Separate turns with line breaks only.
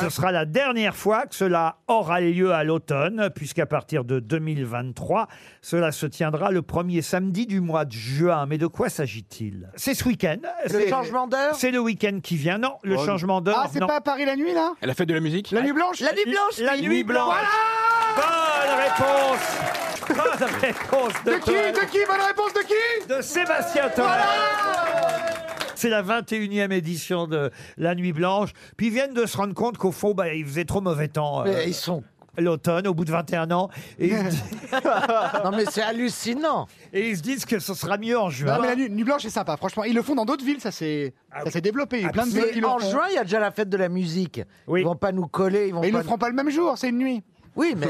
ce sera la dernière fois que cela aura lieu à l'automne, puisqu'à partir de 2023, cela se tiendra le premier samedi du mois de juin. Mais de quoi s'agit-il C'est ce week-end. C'est-
changement d'heure
C'est le week-end qui vient. Non, le changement d'heure.
Ah, c'est
non.
pas à Paris la nuit, là
Elle a fait de la musique
La nuit blanche
La nuit blanche
La nuit blanche. Bonne réponse. Bonne réponse de,
De qui
Toen.
De qui Bonne réponse de qui
de Sébastien Toen. C'est la 21e édition de La Nuit Blanche. Puis ils viennent de se rendre compte qu'au fond, bah, il faisait trop mauvais temps euh,
ils sont.
l'automne, au bout de 21 ans. Et ils,
Non, mais c'est hallucinant.
et ils se disent que ce sera mieux en
Ah
juin.
Non, mais la nuit, nuit blanche, c'est sympa. Franchement, ils le font dans d'autres villes, ça s'est ça s'est développé. Il y a plein de villes qui
Mais
le
Ah en
font.
juin, il y a déjà la fête de la musique.
Oui.
Ils vont pas nous coller. Ils vont
Mais ils
pas
le feront pas le même jour, c'est une nuit.
Oui, mais.